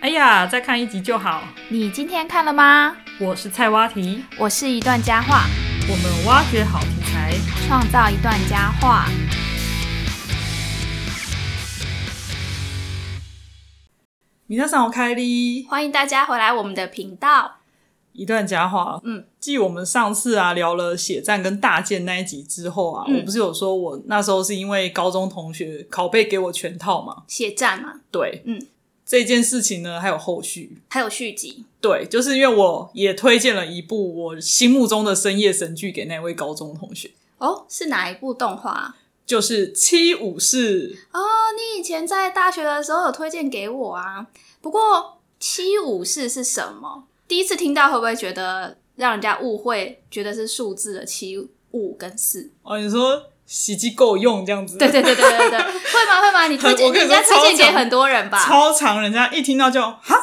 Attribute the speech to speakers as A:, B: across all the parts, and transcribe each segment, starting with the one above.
A: 哎呀，再看一集就好。
B: 你今天看了吗？
A: 我是菜蛙题，
B: 我是一段佳话，
A: 我们挖掘好题材。
B: 创造一段佳话。
A: 米娜桑，我开哩
B: 欢迎大家回来我们的频道。
A: 一段假话。
B: 嗯，
A: 继我们上次啊聊了血战跟大剑那一集之后啊，
B: 嗯
A: 我不是有说我那时候是因为高中同学拷贝给我全套嘛？
B: 血战嘛，
A: 对，
B: 嗯，
A: 这件事情呢还有后续。
B: 还有续集。
A: 对，就是因为我也推荐了一部我心目中的深夜神剧给那位高中同学，
B: 哦，是哪一部动画啊？
A: 就是《七武士》。
B: 哦，你以前在大学的时候有推荐给我啊。不过七武士是什么？第一次听到会不会觉得让人家误会，觉得是数字的七五跟四？
A: 哦，你说洗机够用这样子？
B: 对对对对 对对，会吗会吗？你推荐
A: 我跟
B: 人
A: 你说
B: 家推
A: 超
B: 荐
A: 常
B: 给很多人吧，
A: 超长，人家一听到就哈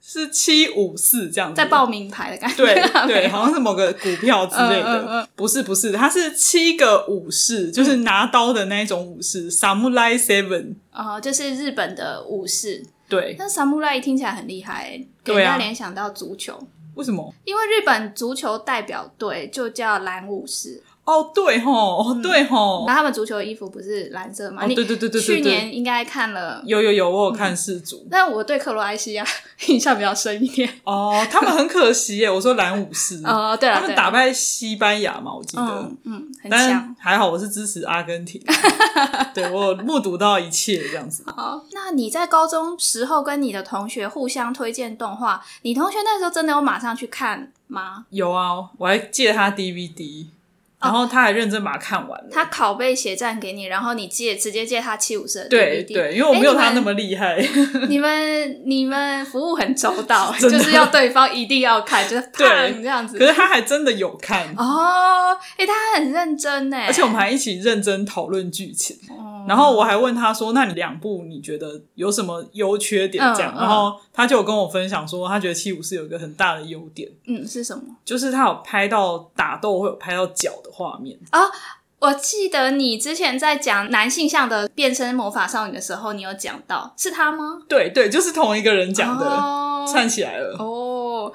A: 是七五四这样子，
B: 在报名牌的感觉。
A: 对
B: 没
A: 对，
B: 有
A: 好像是某个股票之类的，
B: 嗯嗯
A: 不是不是，它是七个武士，就是拿刀的那一种武士，Samurai Seven，
B: 哦，就是日本的武士。
A: 对，
B: 那 samurai 听起来很厉害欸，给
A: 对
B: 人
A: 啊
B: 家联想到足球，
A: 为什么？
B: 因为日本足球代表队就叫蓝武士，
A: 哦，对吼，
B: 嗯
A: 哦对吼，
B: 然后他们足球衣服不是蓝色吗？
A: 哦，
B: 你
A: 对对对对对，对
B: 去年应该看了，
A: 有有有，我有看世足、
B: 但我对克罗埃西亚 印象比较深一点。
A: 哦，他们很可惜耶，我说蓝武士，
B: 哦，
A: 嗯
B: 对
A: 他
B: 了，
A: 们
B: 对
A: 打
B: 了，
A: 败西班牙嘛，我记得。
B: 嗯嗯，很强。
A: 但还好，我是支持阿根廷，对我有目睹到一切这样子。
B: 好，哦那你在高中时候跟你的同学互相推荐动画，你同学那时候真的有马上去看吗？
A: 有啊，我还借他 DVD，然后他还认真把它看完了。
B: 哦他拷贝血战给你，然后你借直接借他七五四的
A: 对
B: DVD
A: 对，因为我没有他那。
B: 哎你们
A: 么厉害，
B: 你们你们服务很周到，
A: 真
B: 就
A: 的
B: 是要对方一定要看，就是
A: 对
B: 胖这样 子
A: 可。是他还真的有看，
B: 哦，哎、他很认真呢，
A: 而且我们还一起认真讨论剧情。
B: 哦
A: 然后我还问他说：“那你两部你觉得有什么优缺点？”这样，
B: 嗯嗯
A: 然后他就有跟我分享说，他觉得《七武士》有一个很大的优点，
B: 嗯是什么？
A: 就是他有拍到打斗会有拍到脚的画面。
B: 我记得你之前在讲男性向的变身魔法少女的时候，你有讲到是他吗？
A: 对对，就是同一个人讲的，
B: 哦
A: 串起来了。
B: 哦，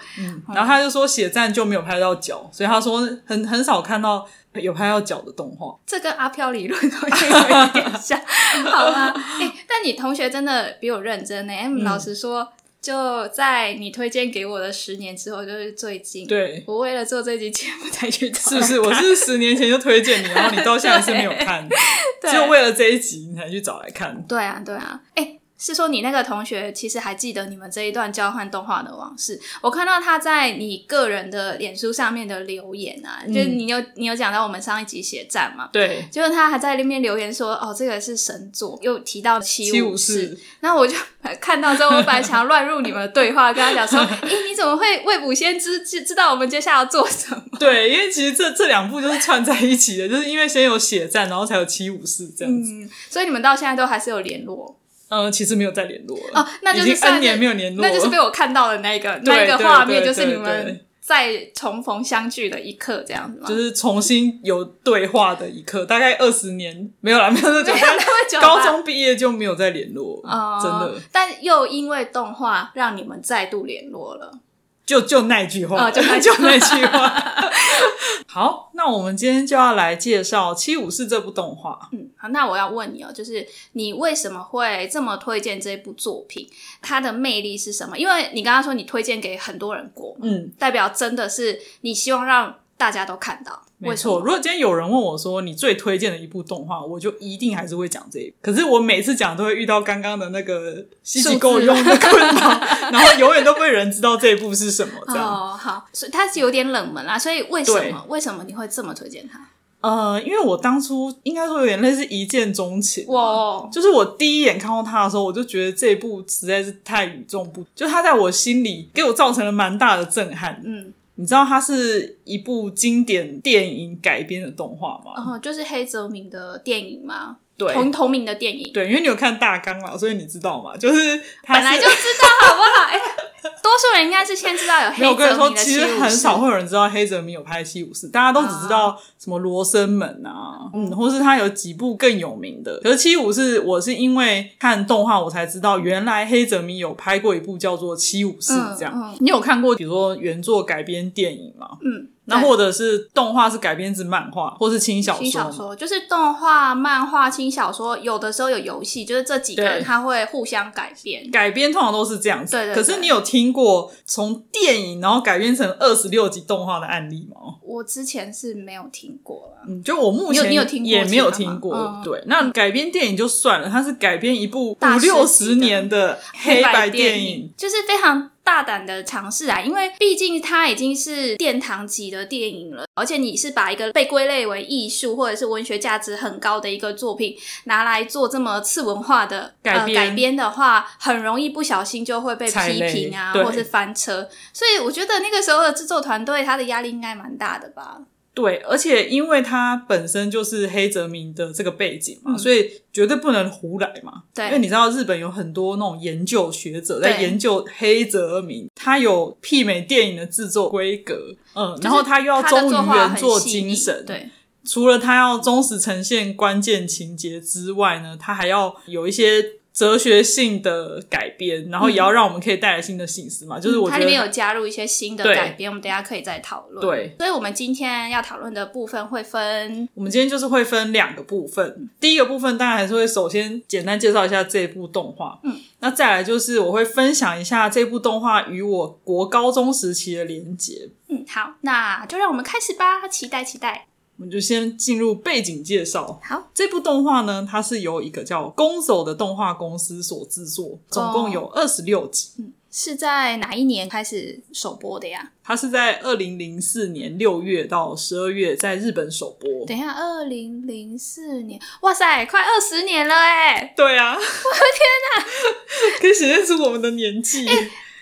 A: 然后他就说血战就没有拍到脚，所以他说很很少看到有拍到脚的动画。
B: 这跟阿飘理论好像有一点 像，好吗？哎、但你同学真的比我认真呢、嗯、老实说，就在你推荐给我的十年之后，就是最近，
A: 对，
B: 我为了做这集节目才去找，
A: 是不是？我是十年前就推荐你，然后你到现在是没有看，
B: 对
A: 只有为了这一集你才去找来看。
B: 对啊，对啊，哎，是说你那个同学其实还记得你们这一段交换动画的往事？我看到他在你个人的脸书上面的留言啊，就是
A: 嗯
B: 你有你有讲到我们上一集血战嘛。
A: 对，
B: 就是他还在那边留言说：“哦，这个是神作。”又提到七
A: 七
B: 武
A: 武
B: 士
A: 士，
B: 然后我就 看到之后，我本来想要乱入你们的对话，跟 他讲说：“哎、你怎么会未卜先知，知知道我们接下来要做什么
A: 对，因为其实这这两部就是串在一 起的，就是因为先有血战，然后才有七武士这？”样子。
B: 嗯，所以你们到现在都还是有联络
A: 嗯、其实没有再联络了，
B: 哦，那就是
A: 已经
B: 算
A: N
B: 是
A: 年没有联络
B: 那
A: 了，
B: 就是被我看到的那一个那
A: 对
B: 一个
A: 对
B: 画面，
A: 对
B: 就是你
A: 对
B: 们
A: 对
B: 再重逢相聚的一刻，这样子吗？
A: 就是重新有对话的一刻，大概二十年没有啦，没有那么
B: 没
A: 久
B: 有，那么久吧
A: 高中毕业就没有再联络了，
B: 哦
A: 真的，
B: 但又因为动画让你们再度联络了。
A: 就就那句话，
B: 哦就那句
A: 就
B: 话
A: 那句话。 好，那我们今天就要来介绍《七武士》这部动画。
B: 嗯，好，那我要问你哦，就是你为什么会这么推荐这部作品？它的魅力是什么？因为你刚刚说你推荐给很多人过，
A: 嗯，
B: 代表真的是你希望让大家都看到。
A: 没
B: 为什
A: 错。
B: 么？
A: 如果今天有人问我说你最推荐的一部动画，我就一定还是会讲这一部。可是我每次讲都会遇到刚刚的那个稀奇够用的困扰， 然后永远都不会有人知道这一部是什么。这样，
B: 哦，好，所以它是有点冷门啦，所以为什
A: 对
B: 么为什么你会这么推荐它？
A: 呃，因为我当初应该说有点类似一见钟情。
B: 哇哦，
A: 就是我第一眼看到他的时候，我就觉得这一部实在是太与众不，就他在我心里给我造成了蛮大的震撼。
B: 嗯，
A: 你知道它是一部经典电影改编的动画吗？
B: 哦，就是黑泽明的电影吗？
A: 对
B: 同同名的电影，
A: 对，因为你有看大纲啦，所以你知道嘛，就是它
B: 本
A: 是
B: 来就知道好不好？哎、多数人应该是先知道有
A: 没有，我
B: 黑
A: 跟你
B: 泽
A: 说，
B: 明的
A: 其
B: 七
A: 实
B: 武士，
A: 很少会有人知道黑泽明有拍《七武士》，大家都只知
B: 啊
A: 道什么《罗生门》啊，嗯，或是他有几部更有名的。可是《七武士》，我是因为看动画我才知道，原来黑泽明有拍过一部叫做《七武士》这样。
B: 嗯嗯
A: 你有看过，比如说原作改编电影吗？
B: 嗯，
A: 那
B: 对
A: 或者是动画是改编自漫画，或是轻小
B: 轻小
A: 嘛
B: 说就是动画、漫画、轻小说，有的时候有游戏，就是这几个
A: 对
B: 人他会互相改编。
A: 改编通常都是这样子。
B: 对对
A: 可
B: 对
A: 是你有听过从电影然后改编成二十六集动画的案例吗？
B: 我之前是没有听过了，
A: 嗯，就我目前
B: 你有你有听过
A: 也没有
B: 其他吗
A: 听过。
B: 嗯
A: 对，那改编电影就算了，它是改编一部
B: 大
A: 五
B: 师级的
A: 六十年的黑白电影。
B: 就是非常大胆的尝试啊，因为毕竟它已经是殿堂级的电影了，而且你是把一个被归类为艺术或者是文学价值很高的一个作品拿来做这么次文化的
A: 改
B: 呃、
A: 编
B: 改编的话，很容易不小心就会被
A: 踩
B: 批
A: 雷
B: 评啊，
A: 对
B: 或是翻车，所以我觉得那个时候的制作团队他的压力应该蛮大的吧。
A: 对，而且因为它本身就是黑泽明的这个背景嘛，
B: 嗯
A: 所以绝对不能胡来嘛。
B: 对
A: 因为你知道日本有很多那种研究学者在
B: 对
A: 研究黑泽明，他有媲美电影的制作规格，嗯，然后他又要忠于原作精神，
B: 对，
A: 除了他要忠实呈现关键情节之外呢，他还要有一些哲学性的改编，然后也要让我们可以带来新的醒思嘛。就是我
B: 它
A: 觉
B: 嗯里
A: 得
B: 面有加入一些新的
A: 对
B: 改编，我们等一下可以再讨论。
A: 对，
B: 所以我们今天要讨论的部分会分
A: 我们今天就是会分两个部分，第一个部分当然还是会首先简单介绍一下这部动画，
B: 嗯，
A: 那再来就是我会分享一下这部动画与我国高中时期的连结。
B: 嗯，好，那就让我们开始吧，期待期待。
A: 我们就先进入背景介绍。
B: 好，
A: 这部动画呢，它是由一个叫宫守的动画公司所制作，总
B: 哦
A: 共有二十六集。
B: 是在哪一年开始首播的呀？
A: 它是在二零零四年六月到十二月在日本首播。
B: 等一下，二零零四年，哇塞，快二十年了哎！
A: 对啊，我的天 哪，可以显现出我们的年纪。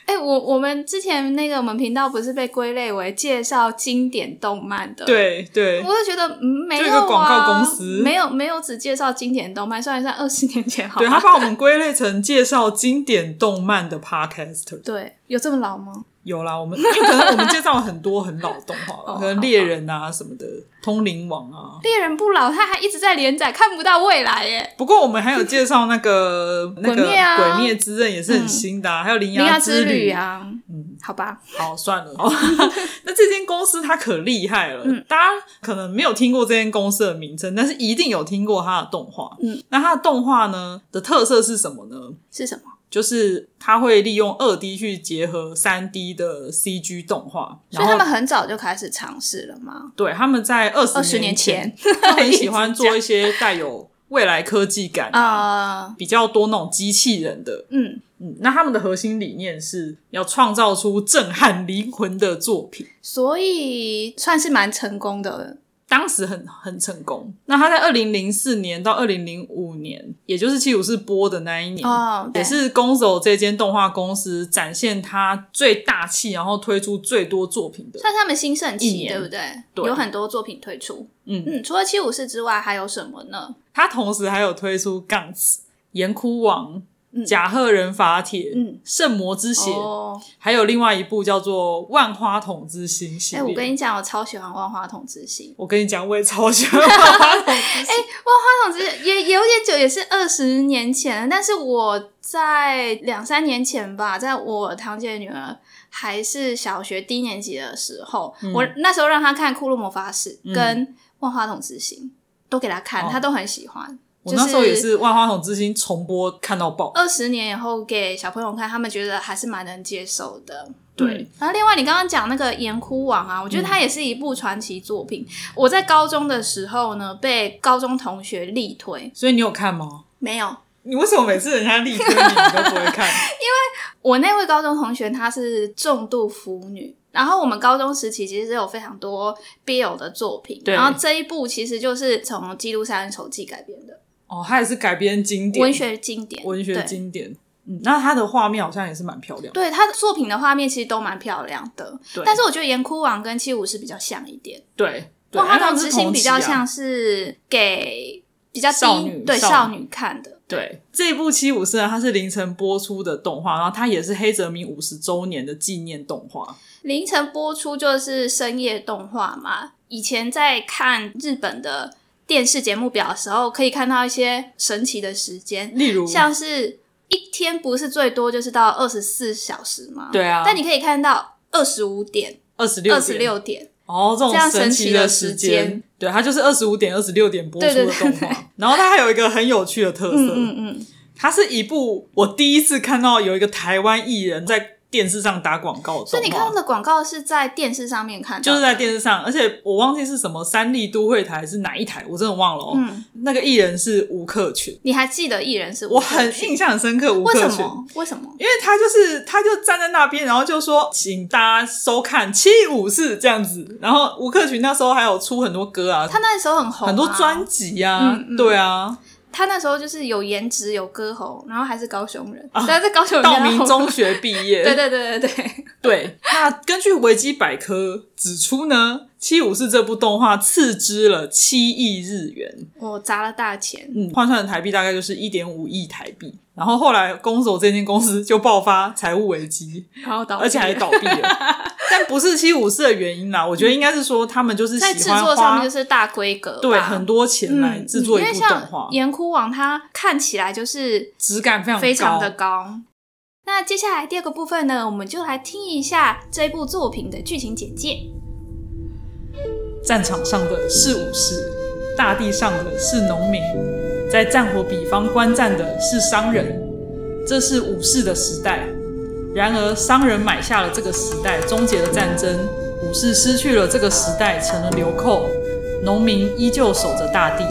B: 哎，我我们之前那个我们频道不是被归类为介绍经典动漫的？。
A: 对对，
B: 我就觉得嗯没有、
A: 就
B: 啊、
A: 一个广告公司
B: 没有没有只介绍经典动漫，算一算二十年前好
A: 对
B: 吗
A: 他？把我们归类成介绍经典动漫的 podcaster。
B: 对，有这么老吗？
A: 有啦，我们因为可能我们介绍了很多很老的动画
B: 哦
A: 了，可能猎人啊什么的，通灵王啊。
B: 猎人不老，他还一直在连载，看不到未来耶。
A: 不过我们还有介绍那个那个
B: 鬼灭啊
A: 《鬼灭之刃》也是很新的、啊，还有《铃
B: 铃芽
A: 之
B: 之
A: 旅
B: 旅》。啊，嗯，好吧，
A: 好，算了。 那这间公司它可厉害了，
B: 哦嗯
A: 大家可能没有听过这间公司的名称，但是一定有听过它的动画。
B: 嗯，
A: 那它的动画呢的特色是什么呢？
B: 是什么？
A: 就是它会利用二 D 去结合三 D 的 CG 动画，
B: 所
A: 然
B: 以他
A: 后
B: 们很早就开始尝试了吗？
A: 对他们在二
B: 二
A: 十
B: 十年前
A: 就很喜欢做一些带有未来科技感啊，
B: 啊、
A: 比较多那种机器人的
B: 嗯，
A: 嗯，那他们的核心理念是要创造出震撼灵魂的作品，
B: 所以算是蛮成功的。
A: 当时很很成功。那他在二零零四年到二零零五年，也就是七武士播的那一年，
B: 哦对
A: 也是宫守这间动画公司展现他最大气，然后推出最多作品的。
B: 算是他们新盛
A: 一
B: 期，
A: 年
B: 对不对？
A: 对
B: 有很多作品推出。
A: 嗯
B: 嗯，除了七武士之外，还有什么呢？
A: 他同时还有推出《杠子》《岩窟王》
B: 嗯
A: 甲贺人法帖》
B: 嗯
A: 圣魔之血》
B: 哦，
A: 还有另外一部叫做《万花筒之星》系
B: 哎、
A: 列。
B: 我跟你讲，我超喜欢万花筒之心。
A: 我跟你讲，我也超喜欢万花筒 之
B: 哎
A: 星。
B: 总之也也有点久，也是二十年前了。但是我在两三年前吧，在我堂姐女儿还是小学低年级的时候，我那时候让她看《库洛魔法使》
A: 嗯
B: 跟《万花筒之星》，都给她看，
A: 哦
B: 她都很喜欢。
A: 我那时候也是《万花筒之星》重播看到爆。
B: 二十年以后给小朋友看，他们觉得还是蛮能接受的。
A: 对嗯
B: 嗯然后另外你刚刚讲那个《岩窟网》啊，我觉得它也是一部传奇作品。我在高中的时候呢，被高中同学力推，
A: 所以你有看吗？
B: 没有，
A: 你为什么每次人家力推你，你都不会看？
B: 我那位高中同学她是重度腐女，然后我们高中时期其实有非常多 BL 的作品，
A: 对
B: 然后这一部其实就是从《基督山手记》改编的
A: 哦，它也是改编经典
B: 文学经典，
A: 文学
B: 对。
A: 经典。嗯，那它的画面好像也是蛮漂亮的。
B: 对他的作品的画面其实都蛮漂亮的
A: 对，
B: 但是我觉得《岩窟王》跟《七武士》比较像一点，
A: 对，
B: 《
A: 对哎
B: 万花
A: 因为
B: 筒
A: 们
B: 之
A: 是
B: 心》
A: 同啊
B: 比
A: 期
B: 较
A: 啊
B: 像是给比较低
A: 少女
B: 对
A: 少
B: 少女看的，
A: 对，这部《七武士》呢，它是凌晨播出的动画，然后它也是黑泽明五十周年的纪念动画。
B: 凌晨播出就是深夜动画嘛。以前在看日本的电视节目表的时候，可以看到一些神奇的时间，
A: 例如，
B: 像是一天不是最多就是到二十四小时吗？
A: 对啊
B: 但你可以看到二十五点、
A: 二十六，
B: 二十六点，
A: 哦，这
B: 这
A: 种
B: 样神奇
A: 奇
B: 的
A: 时
B: 时
A: 间
B: 间，
A: 对，它就是二十五点、二十六点播出的
B: 对
A: 动
B: 对
A: 画。 然后它还有一个很有趣的特色，
B: 嗯嗯嗯，
A: 它是一部我第一次看到有一个台湾艺人在电视上打广告的动画，
B: 所以你看到的广告是在电视上面看到的，
A: 就是在电视上，而且我忘记是什么三立都会台还是哪一台，我真的忘了、哦。
B: 嗯，
A: 那个艺人是吴克群，
B: 你还记得艺人是吴
A: 我
B: 克
A: 很
B: 群
A: 印象很深刻。吴
B: 为
A: 克
B: 什
A: 群，
B: 么？为什么？
A: 因为他就是他就站在那边，然后就说请大家收看《七武士》这样子。然后吴克群那时候还有出很多歌啊，
B: 他那时候很红、啊，
A: 很多专辑啊，
B: 嗯嗯
A: 对啊，
B: 他那时候就是有颜值、有歌喉，然后还是高雄人，啊但是高雄人
A: 啊道
B: 家
A: 明
B: 红
A: 中学毕业，
B: 对对对对对，
A: 对，那根据维基百科指出呢，《七武士》这部动画斥资了七亿日元，
B: 我砸了大钱，
A: 嗯，换算成台币大概就是一点五亿台币。然后后来，宫守这间公司就爆发财务危机，
B: 然后倒闭了，
A: 而且还倒闭了。 但不是七武士的原因啦，我觉得应该是说他们就是
B: 在制
A: 喜欢
B: 作上
A: 花
B: 面就是大规格吧，
A: 对很多钱来
B: 嗯
A: 制作一
B: 嗯
A: 部
B: 因为
A: 动
B: 像
A: 画，
B: 岩窟王它看起来就是
A: 质感非常
B: 非常
A: 高
B: 的高。那接下来第二个部分呢，我们就来听一下这部作品的剧情 简介。
A: 战场上的是武士，大地上的是农民，在战火彼方观战的是商人。这是武士的时代。然而，商人买下了这个时代，终结了战争；武士失去了这个时代，成了流寇；农民依旧守着大地。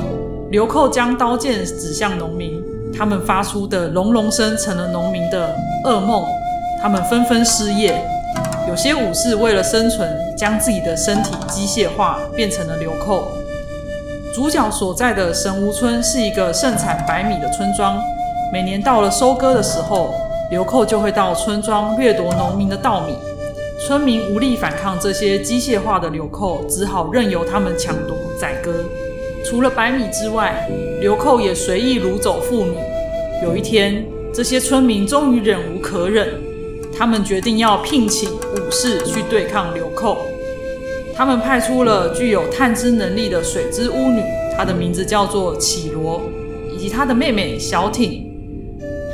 A: 流寇将刀剑指向农民，他们发出的隆隆声成了农民的噩梦，他们纷纷失业，有些武士为了生存，将自己的身体机械化，变成了流寇。主角所在的神无村是一个盛产白米的村庄，每年到了收割的时候，流寇就会到村庄掠夺农民的稻米。村民无力反抗这些机械化的流寇，只好任由他们抢夺、宰割。除了白米之外，流寇也随意掳走妇女。有一天，这些村民终于忍无可忍，他们决定要聘请武士去对抗流寇。他们派出了具有探知能力的水之巫女，她的名字叫做绮罗，以及她的妹妹小挺，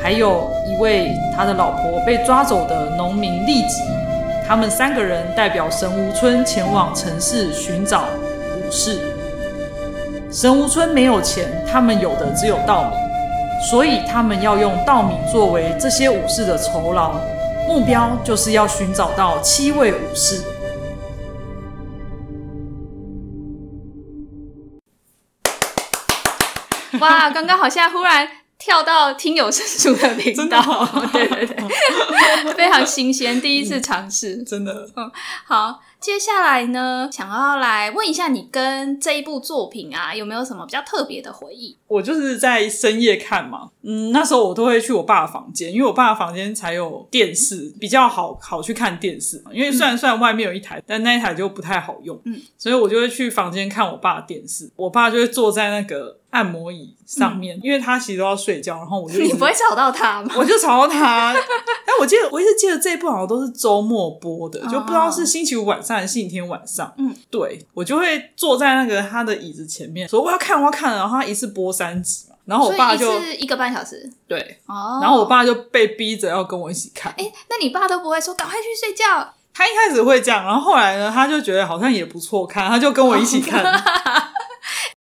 A: 还有一位他的老婆被抓走的农民利吉。他们三个人代表神无村前往城市寻找武士。神无村没有钱，他们有的只有稻米。所以他们要用稻米作为这些武士的酬劳，目标就是要寻找到七位武士。
B: 哇，刚刚好像忽然跳到听友申诉的频道， 对对对，非常新鲜，第一次尝 试。
A: 真的，
B: 好，接下来呢，想要来问一下你跟这一部作品啊，有没有什么比较特别的回忆？
A: 我就是在深夜看嘛，嗯，那时候我都会去我爸的房间，因为我爸的房间才有电视，比较好好去看电视嘛。因为虽然虽然外面有一台，但那一台就不太好用，
B: 嗯，
A: 所以我就会去房间看我爸的电视。我爸就会坐在那个按摩椅上面，因为他其实都要睡觉，然后我就一
B: 你
A: 直
B: 不会找到他吗？
A: 我就吵到他。但我记得，我一直记得这一部好像都是周末播的，
B: 哦
A: 就不知道是星期五晚上还是星期天晚上。
B: 嗯，
A: 对我就会坐在那个他的椅子前面，说我要看，我要看。然后他一次播三集嘛，然后
B: 所
A: 我
B: 以
A: 爸
B: 一
A: 就
B: 次一个半小时
A: 对，
B: 哦。
A: 然后我，爸就被逼着要跟我一起看。
B: 哎、那你爸都不会说赶快去睡觉？
A: 他一开始会这样，然后后来呢，他就觉得好像也不错看，他就跟我一起看。
B: 哦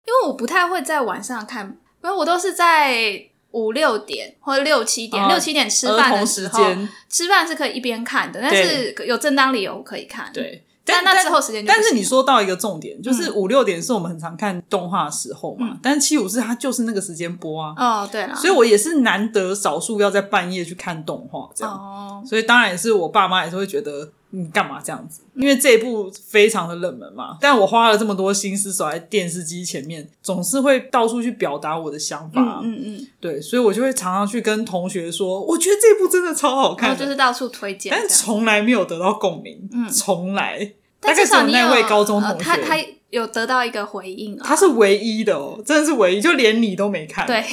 B: 因为我不太会在晚上看，因为我都是在五六点或者六七点，
A: 哦
B: 六七点吃
A: 儿
B: 饭的
A: 童
B: 时
A: 时
B: 候，
A: 间，
B: 吃饭是可以一边看的，但是有正当理由可以看。，
A: 对。
B: 但那之后时间就不行了，
A: 但是你说到一个重点，就是五六点是我们很常看动画的时候嘛，
B: 嗯
A: 但是七五四它就是那个时间播啊，
B: 哦，对了，
A: 所以我也是难得少数要在半夜去看动画这样，
B: 哦，
A: 所以当然也是我爸妈也是会觉得你干嘛这样子，因为这一部非常的冷门嘛，但我花了这么多心思守在电视机前面，总是会到处去表达我的想法啊，
B: 嗯嗯嗯，
A: 对，所以我就会常常去跟同学说，我觉得这部真的超好
B: 然
A: 看
B: 后
A: 的，
B: 哦就是到处推荐这样，
A: 但从来没有得到共鸣，
B: 嗯
A: 从来。
B: 但
A: 大概
B: 至
A: 只有
B: 少你
A: 那
B: 有
A: 位高中
B: 呃
A: 同学，
B: 他他有得到一个回应啊、
A: 哦 他是唯一的哦，真的是唯一，就连你都没看。
B: 对，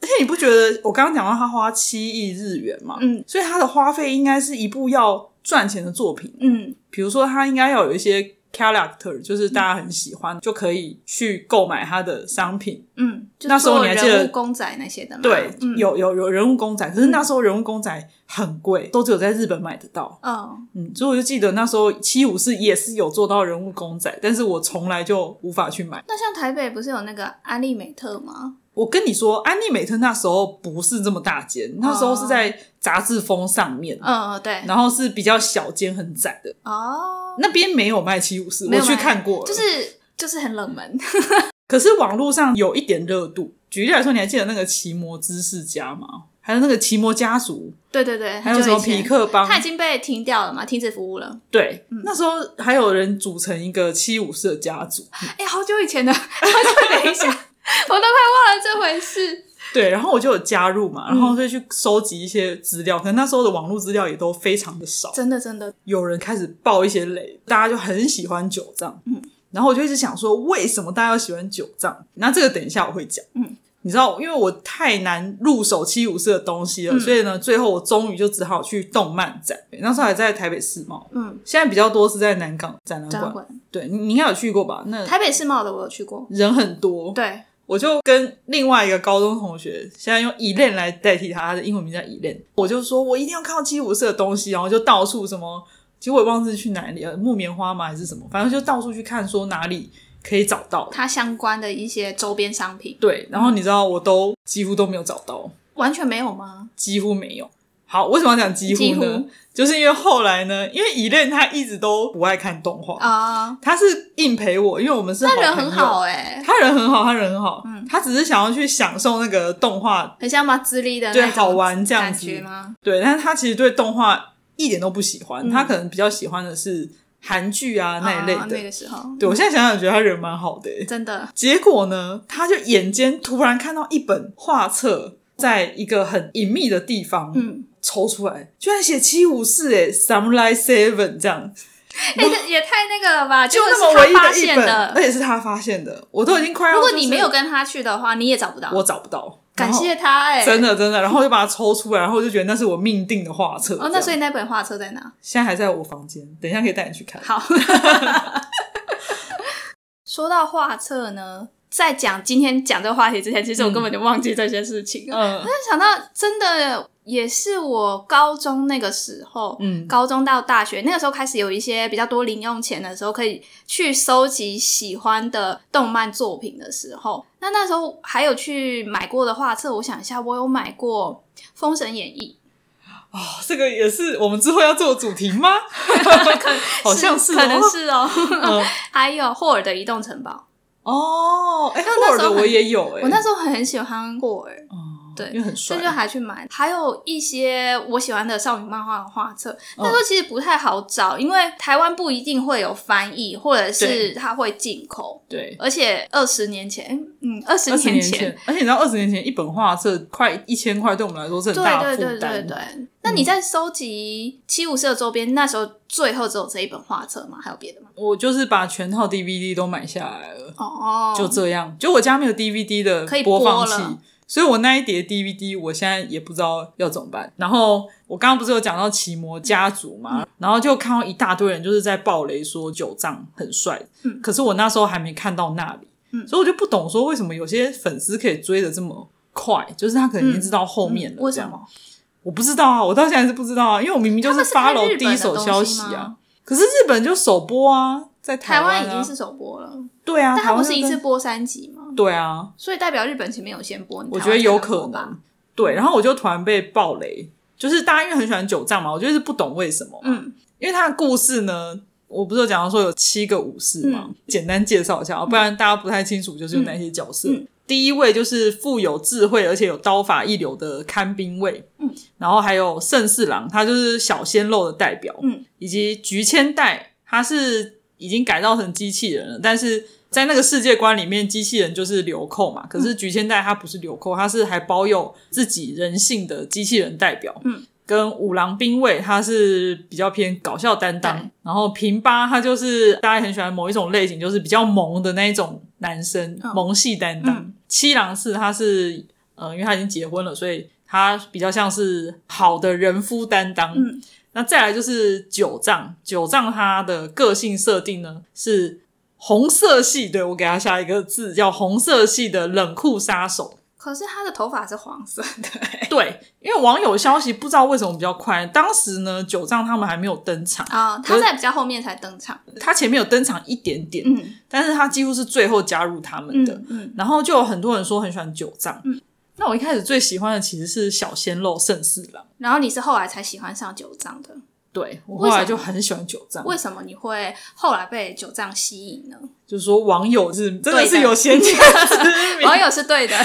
A: 且你不觉得我刚刚讲到他花七亿日元嘛？
B: 嗯，
A: 所以他的花费应该是一部要赚钱的作品。
B: 嗯，
A: 比如说，他应该要有一些 character，就是大家很喜欢，就可以去购买他的商品。
B: 嗯，就
A: 那时候
B: 做
A: 你还记
B: 人
A: 得
B: 物公仔那些的嘛，
A: 对，
B: 嗯，，
A: 有有有人物公仔，可是那时候人物公仔很贵，都只有在日本买得到。
B: 嗯，
A: 嗯，所以我就记得那时候七五四也是有做到人物公仔，但是我从来就无法去买。
B: 那像台北不是有那个安利美特吗？
A: 我跟你说，安利美特那时候不是这么大间，那时候是在杂志风上面，
B: 嗯，对，
A: 然后是比较小间很窄的，
B: 哦，
A: 那边没有卖七五四，
B: 没
A: 我
B: 有
A: 去
B: 卖
A: 看过了，
B: 就是就是很冷门，
A: 可是网络上有一点热度。举例来说，你还记得那个奇摩知识家吗？还有那个奇摩家族，
B: 对对对，
A: 还有什么皮
B: 克，
A: 克帮？
B: 它已经被停掉了嘛，停止服务 了。
A: 对，那时候还有人组成一个七五四的家族。
B: 哎、好久以前的， 好久等一下， 我都快忘了这回事。
A: 对，然后我就有加入嘛，然后
B: 嗯
A: 就去收集一些资料。可能那时候的网络资料也都非常的少，
B: 真的真的，
A: 有人开始爆一些雷，大家就很喜欢九藏。嗯，然后我就一直想说，为什么大家要喜欢九藏？那这个等一下我会讲。
B: 嗯，
A: 你知道，因为我太难入手七五四的东西了，
B: 嗯
A: 所以呢，最后我终于就只好去动漫展。那时候还在台北世贸，
B: 嗯，
A: 现在比较多是在南港展览
B: 展
A: 馆。
B: 览馆，
A: 对，你你应该有去过吧？那
B: 台北世贸的我有去过。
A: 人很多。，
B: 对，
A: 我就跟另外一个高中同学，现在用 Elen 来代替他，他的英文名叫 Elen。我就说我一定要看到七五四的东西，然后就到处什么，其实我也忘记是去哪里了，木棉花吗还是什么，反正就到处去看，说哪里可以找到。
B: 它相关的一些周边商品
A: 对，然后你知道我都几乎都没有找到，
B: 完全没有吗？
A: 几乎没有。好，为什么要讲几乎呢？
B: 几乎
A: 就是因为后来呢，因为 Elen 他一直都不爱看动画，
B: 啊、
A: 他是硬陪我，因为我们是好朋
B: 那
A: 友
B: 人很好嗯哎、
A: 他人很好，他人很好，他只是想要去享受那个动画，
B: 很像马自力的那
A: 对
B: 种
A: 好玩这样
B: 感
A: 子
B: 觉吗？
A: 对，但是他其实对动画一点都不喜欢，他可能比较喜欢的是韩剧啊那一类
B: 嗯啊
A: 的。
B: 那个时候，
A: 对我现在想想，觉得他人蛮好的欸、
B: 真的
A: 结果呢，他就眼尖突然看到一本画册，在一个很隐秘的地方，
B: 嗯，
A: 抽出来，居然写七五四哎，Samurai Seven 这样，
B: 哎、这也太那个 了吧！
A: 就
B: 结果
A: 那么
B: 是他
A: 唯一
B: 发
A: 一
B: 现
A: 本，
B: 的
A: 而。且是他发现的，我都已经快要、
B: 如果
A: 就是
B: 你没有，跟他去的话，你也找不到。
A: 我找不到，
B: 感
A: 然后
B: 谢他哎、
A: 真的真的，然后就把它抽出来，然后我就觉得那是我命定的画册。
B: 哦，那
A: 这
B: 所
A: 样
B: 以那本画册在哪？
A: 现在还在我房间，等一下可以带你去看。
B: 好， 说到画册呢，在讲今天讲这个话题之前，其实我根本就忘记这些事情了。
A: 嗯
B: 但想到真的也是我高中那个时候，
A: 嗯
B: 高中到大学那个时候开始有一些比较多零用钱的时候，可以去收集喜欢的动漫作品的时候，那那时候还有去买过的画册，我想一下，我有买过《封神演义
A: 哦，这个也是我们之后要做的主题 吗？》， 好像是哦，
B: 可能是哦，
A: 嗯
B: 还有霍尔的移动城堡，
A: 哦，哎，
B: 那
A: 霍尔
B: 时候
A: 的
B: 很
A: 我也有哎，
B: 我那时候很喜欢霍尔，
A: 哦
B: 对
A: 因为很
B: 所
A: 帅
B: 以，就还去买，还有一些我喜欢的少女漫画的画册，但
A: 嗯
B: 是其实不太好找，因为台湾不一定会有翻译，或者
A: 对
B: 是它会进口，
A: 对。
B: 而且二十年前，嗯，二十
A: 二十年
B: 前。
A: 前，而且你知道，二十年前一本画册快一千块，对我们来说是很
B: 对
A: 大的
B: 对
A: 负
B: 对对
A: 担。嗯
B: 对，那你在收集七五社周边，那时候最后只有这一本画册吗？还有别的吗？
A: 我就是把全套 DVD 都买下来了。
B: 哦，
A: 呃就这样。就我家没有 DVD 的
B: 可以
A: 播
B: 播
A: 放器
B: 了，
A: 所以我那一叠 DVD 我现在也不知道要怎么办。然后我刚刚不是有讲到奇摩家族嘛，
B: 嗯
A: 然后就看到一大堆人就是在爆雷说九藏很帅，
B: 嗯
A: 可是我那时候还没看到那里，
B: 嗯
A: 所以我就不懂说为什么有些粉丝可以追的这么。快，就是他可能已经知道后面了、
B: 嗯为
A: 这
B: 什
A: 样
B: 么？
A: 我不知道啊，我到现在是不知道啊，因为我明明就
B: 他们是
A: 发
B: 看
A: 楼
B: 日
A: 第
B: 本
A: 一
B: 的
A: 手
B: 东
A: 消
B: 西
A: 息啊
B: 吗。
A: 可是日本就首播啊，在
B: 台
A: 湾、啊、
B: 湾已经是首播了，
A: 对啊，
B: 但
A: 台
B: 它
A: 湾
B: 不是
A: 就
B: 一
A: 跟
B: 次播三集吗？
A: 对啊，
B: 所以代表日本前面有先播，你
A: 我
B: 台
A: 觉得
B: 湾才
A: 有
B: 能播
A: 可
B: 吧
A: 能。。对，然后我就突然被暴雷，就是大家因为很喜欢九藏嘛，我就是不懂为什么。，
B: 嗯，
A: 因为他的故事呢，我不是有讲到说有七个武士嘛，简单介绍一下，不然大家不太清楚，就是有哪些角色。
B: 嗯嗯嗯
A: 第一位就是富有智慧而且有刀法一流的看兵卫，
B: 嗯，
A: 然后还有盛四郎，他就是小鲜肉的代表，
B: 嗯，
A: 以及菊千代，他是已经改造成机器人了，但是。在那个世界观里面，机器人就是流寇嘛。可是菊千代他不是流寇，他是还保有自己人性的机器人代表。跟五郎兵卫，他是比较偏搞笑担当
B: 对，
A: 然后平八他就是大家很喜欢某一种类型，就是比较萌的那一种男生，
B: 嗯
A: 萌系担当。
B: 嗯
A: 七郎四他是呃，因为他已经结婚了，所以他比较像是好的人夫担当。
B: 嗯，
A: 那再来就是九藏，九藏他的个性设定呢是红色系，对我给他下一个字叫红色系的冷酷杀手。
B: 可是他的头发是黄色的、欸
A: 对，因为网友消息不知道为什么比较快，当时呢九藏他们还没有登场，
B: 啊、
A: 可
B: 他
A: 是
B: 在比较后面才登场。
A: 他前面有登场一点点，
B: 嗯
A: 但是他几乎是最后加入他们的。
B: 嗯嗯，
A: 然后就有很多人说很喜欢九藏，
B: 嗯
A: 那我一开始最喜欢的其实是小鲜肉盛四郎，
B: 然后你是后来才喜欢上九藏的，
A: 对我
B: 为
A: 后来
B: 什么
A: 就很喜欢九藏，
B: 为什么你会后来被九藏吸引呢？
A: 就是说网友是真的
B: 对
A: 是
B: 的
A: 有先见之 明。
B: 网友是 对的，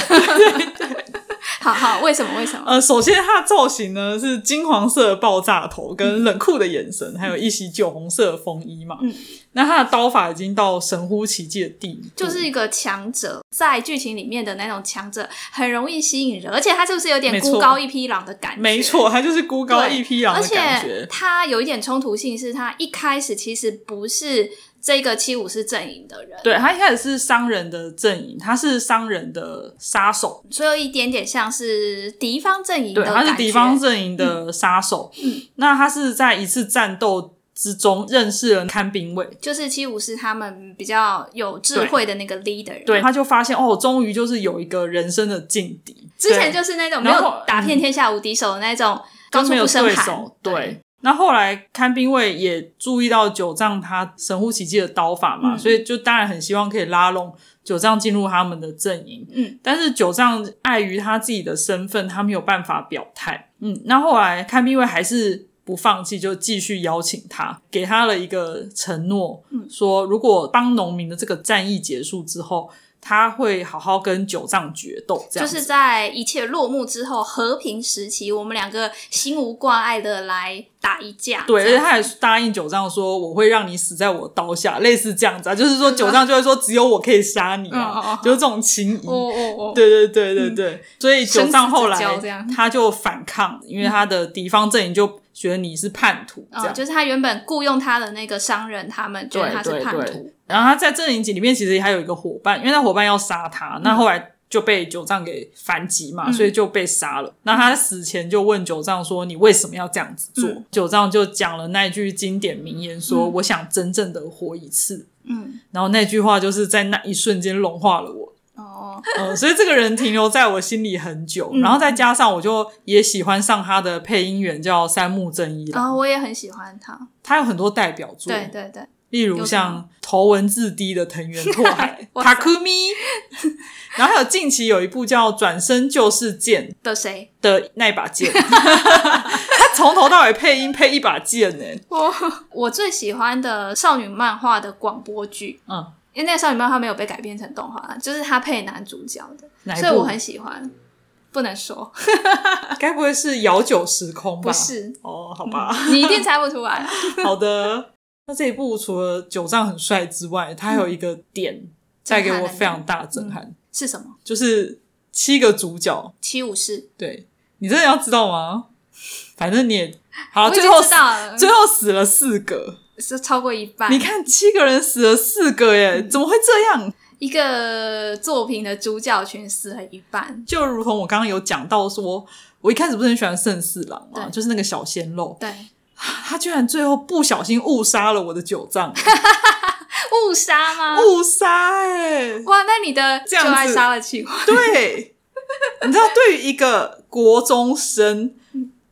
B: 好好，为什么？为什么？
A: 呃，首先他的造型呢是金黄色的爆炸头，跟冷酷的眼神，还有一袭酒红色的风衣嘛。
B: 嗯，
A: 那他的刀法已经到神乎其技的地步，
B: 就是一个强者，在剧情里面的那种强者很容易吸引人，而且他是不是有点
A: 没错
B: 孤高一匹狼的感觉？
A: 没错，他就是孤高
B: 对
A: 一匹狼
B: 而
A: 的感
B: 且
A: 觉。
B: 他有一点冲突性，是他一开始其实不是这个七武士阵营的人，
A: 对他一开始是商人的阵营，他是商人的杀手，
B: 所以有一点点像是敌方阵营的
A: 对，
B: 感
A: 他
B: 觉。
A: 是敌方阵营的杀手。
B: 嗯，
A: 那他是在一次战斗之中认识了看兵卫，
B: 就是七武士他们比较有智慧的那个 leader。
A: 对，，他就发现哦，终于就是有一个人生的劲敌。
B: 之前
A: 对
B: 就是那种没
A: 然后嗯
B: 有打遍天下无敌手的那种，高
A: 就
B: 处
A: 没有
B: 不胜
A: 对
B: 寒
A: 手，。，那后来看兵卫也注意到九藏他神乎其技的刀法嘛，
B: 嗯
A: 所以就当然很希望可以拉拢九藏进入他们的阵营。
B: 嗯，
A: 但是九藏碍于他自己的身份，他没有办法表态。嗯，那后来看兵卫还是不放弃，就继续邀请他，给他了一个承诺，
B: 嗯
A: 说如果帮农民的这个战役结束之后，他会好好跟九藏决斗，这
B: 就
A: 样子
B: 是在一切落幕之后，和平时期，我们两个心无挂碍的来打一架。
A: 对，而
B: 这
A: 且
B: 样
A: 他也答应九藏说我会让你死在我刀下，类似这样子啊，就是说九藏就会说只有我可以杀你
B: 嗯嗯
A: 啊
B: 嗯，
A: 就是这种情谊。
B: 哦哦哦，
A: 对对对对对，所以九藏后来
B: 生死之交这样
A: 他就反抗，因为他的敌方阵营就觉得你是叛徒这
B: 哦，
A: 样。
B: 就是他原本雇佣他的那个商人，他们觉得
A: 对
B: 他是
A: 对
B: 叛
A: 对
B: 徒，
A: 然后他在阵营里面其实还有一个伙伴，因为那伙伴要杀他，那后来就被九藏给反击嘛，
B: 嗯
A: 所以就被杀了。那他死前就问九藏说：“你为什么要这样子做？”
B: 嗯
A: 九藏就讲了那句经典名言说：“
B: 嗯
A: 我想真正的活一次。”
B: 嗯，
A: 然后那句话就是在那一瞬间融化了我，
B: 哦，
A: 呃，所以这个人停留在我心里很久。
B: 嗯
A: 然后再加上我就也喜欢上他的配音员叫三木正一
B: 然
A: 了，
B: 后啊我也很喜欢他，
A: 他有很多代表作，
B: 哦对对对，
A: 例如像头文字 D 的藤原拓 海
B: 哇塞
A: Takumi，然后还有近期有一部叫《转身就是剑》
B: 的谁？
A: 的那一把剑， 他从头到尾配音配一把剑呢、
B: 我 我最喜欢的少女漫画的广播剧，
A: 嗯，
B: 因为那个少女漫画没有被改编成动画，就是他配男主角
A: 哪
B: 的，
A: 一
B: 所以我
A: 部啊
B: 很喜欢。不能说
A: 该不会是遥九时空吧？
B: 不是，
A: 哦，好吧，
B: 你一定猜不出来。
A: 好的。那这一部除了九藏很帅之外，它还有一个点
B: 嗯
A: 带给我非常大的震撼，
B: 是什么？
A: 就是七个主角。
B: 七武士，
A: 对你真的要知道吗？反正你也好，
B: 我已
A: 啊最
B: 经
A: 后
B: 知道了，哎
A: 最后死了四个，
B: 是超过一半。
A: 你看七个人死了四个
B: 嗯
A: 耶，怎么会这样？
B: 一个作品的主角群死了一半，
A: 就如同我刚刚有讲到说，我一开始不是很喜欢圣四郎嘛，
B: 对
A: 就是那个小鲜肉，
B: 对，
A: 他居然最后不小心误杀了我的九藏，
B: 误杀吗？
A: 误杀哎，
B: 哇，那你的
A: 这
B: 就
A: 样子
B: 爱杀了奇怪，
A: 对，你知道对于一个国中生。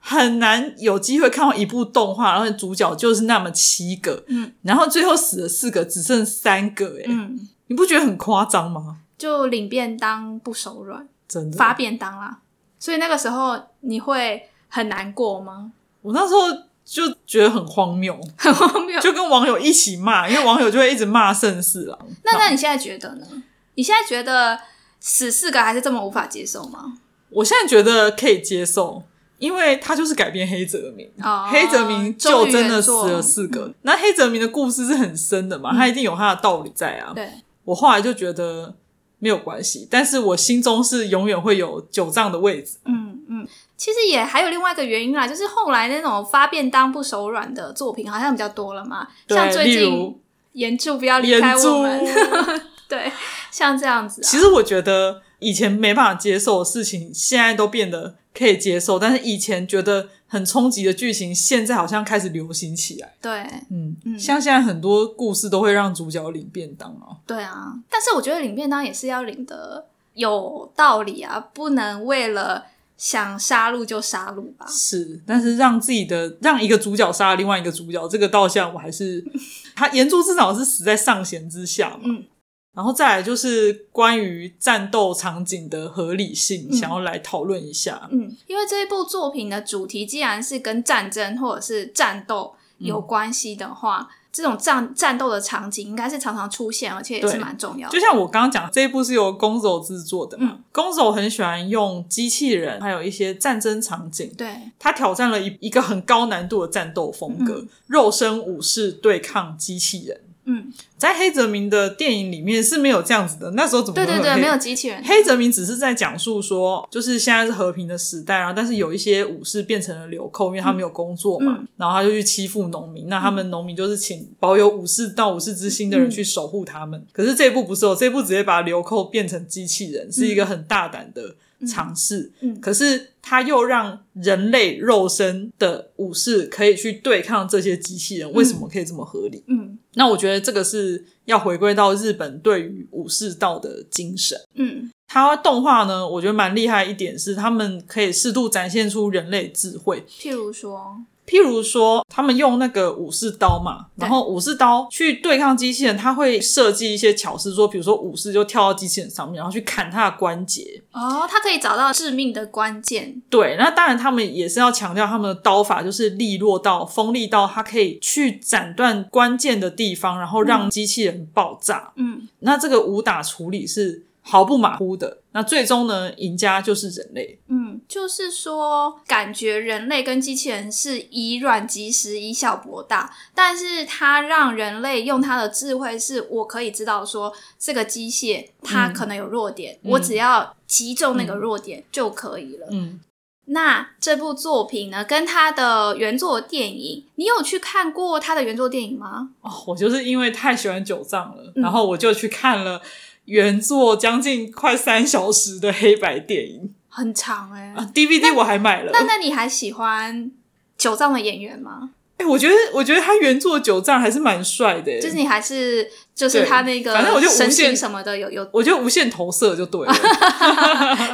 A: 很难有机会看到一部动画，然后主角就是那么七个，
B: 嗯，
A: 然后最后死了四个，只剩三个、哎、
B: 嗯，
A: 你不觉得很夸张吗？
B: 就领便当不手软，
A: 真的，
B: 发便当啦。所以那个时候你会很难过吗？
A: 我那时候就觉得很荒谬，
B: 很荒谬。
A: 就跟网友一起骂，因为网友就会一直骂盛世郎。
B: 那那你现在觉得呢？你现在觉得死四个还是这么无法接受吗？
A: 我现在觉得可以接受，因为他就是改编黑泽明。
B: 哦，
A: 黑泽明就
B: 忠于
A: 真的
B: 原
A: 死
B: 作
A: 了四个，那黑泽明的故事是很深的
B: 嗯
A: 嘛，他一定有他的道理在啊。
B: 对，
A: 我后来就觉得没有关系，但是我心中是永远会有九藏的位置。
B: 嗯嗯。其实也还有另外一个原因啦，就是后来那种发便当不手软的作品好像比较多了嘛，像
A: 对，
B: 最
A: 例
B: 近
A: 如
B: 岩柱不要离
A: 岩
B: 开 我
A: 珠，
B: 们，对，像这样子、啊，
A: 其实我觉得以前没办法接受的事情，现在都变得可以接受，但是以前觉得很冲击的剧情，现在好像开始流行起来。
B: 对
A: 嗯，
B: 嗯
A: 像现在很多故事都会让主角领便当哦。
B: 对啊，但是我觉得领便当也是要领的有道理啊，不能为了想杀戮就杀戮吧。
A: 是，但是让自己的让一个主角杀了另外一个主角，这个倒像我还是他岩柱至少是死在上弦之下嘛。
B: 嗯
A: 然后再来就是关于战斗场景的合理性，
B: 嗯
A: 想要来讨论一下。
B: 嗯，因为这一部作品的主题既然是跟战争或者是战斗
A: 嗯
B: 有关系的话，这种战战斗的场景应该是常常出现，而且也是
A: 对
B: 蛮重要的
A: 就。像我刚刚讲，这一部是由宫手制作的嘛
B: 嗯，
A: 宫手很喜欢用机器人，还有一些战争场景。
B: 对，
A: 他挑战了一一个很高难度的战斗风格，肉身武士对抗机器人。
B: 嗯，
A: 在黑泽明的电影里面是没有这样子的，那时候怎么
B: 对
A: 会
B: 对
A: 有
B: 对，
A: 黑
B: 没有机器人。
A: 黑泽明只是在讲述说，就是现在是和平的时代，然后但是有一些武士变成了流寇，因为他没有工作嘛，
B: 嗯
A: 然后他就去欺负农民。那他们农民就是请保有武士到武士之心的人
B: 嗯
A: 去守护他们。可是这一部不是哦，这一部直接把流寇变成机器人，是一个很大胆的尝试。
B: 嗯嗯
A: 可是他又让人类肉身的武士可以去对抗这些机器人，为什么可以这么合理？
B: 嗯
A: 那我觉得这个是要回归到日本对于武士道的精神。
B: 嗯
A: 它动画呢，我觉得蛮厉害一点是，他们可以适度展现出人类智慧。
B: 譬如说，
A: 譬如说，他们用那个武士刀嘛，
B: 对
A: 然后武士刀去对抗机器人，他会设计一些巧思，说比如说武士就跳到机器人上面，然后去砍他的关节。
B: 哦，他可以找到致命的关键。
A: 对，那当然他们也是要强调他们的刀法就是利落到锋利到，它可以去斩断关键的地方，然后让机器人爆炸。
B: 嗯
A: 那这个武打处理是毫不马虎的。那最终呢，赢家就是人类。
B: 嗯，就是说，感觉人类跟机器人是以软击石，以小博大，但是它让人类用它的智慧，是我可以知道说这个机械它
A: 嗯
B: 可能有弱点，
A: 嗯
B: 我只要击中那个弱点就可以了。
A: 嗯，
B: 那这部作品呢，跟它的原作电影，你有去看过它的原作电影吗？
A: 哦，我就是因为太喜欢九藏了，
B: 嗯
A: 然后我就去看了原作将近快三小时的黑白电影
B: 很长哎、
A: 啊，DVD 我还买了。
B: 那那你还喜欢九藏的演员吗？
A: 哎、我觉得我觉得他原作九藏还是蛮帅的耶，欸
B: 就是你还是就是
A: 对
B: 他那个
A: 反正我就无
B: 神情
A: 限
B: 什么 的有有
A: 我觉得无限投射就 对了。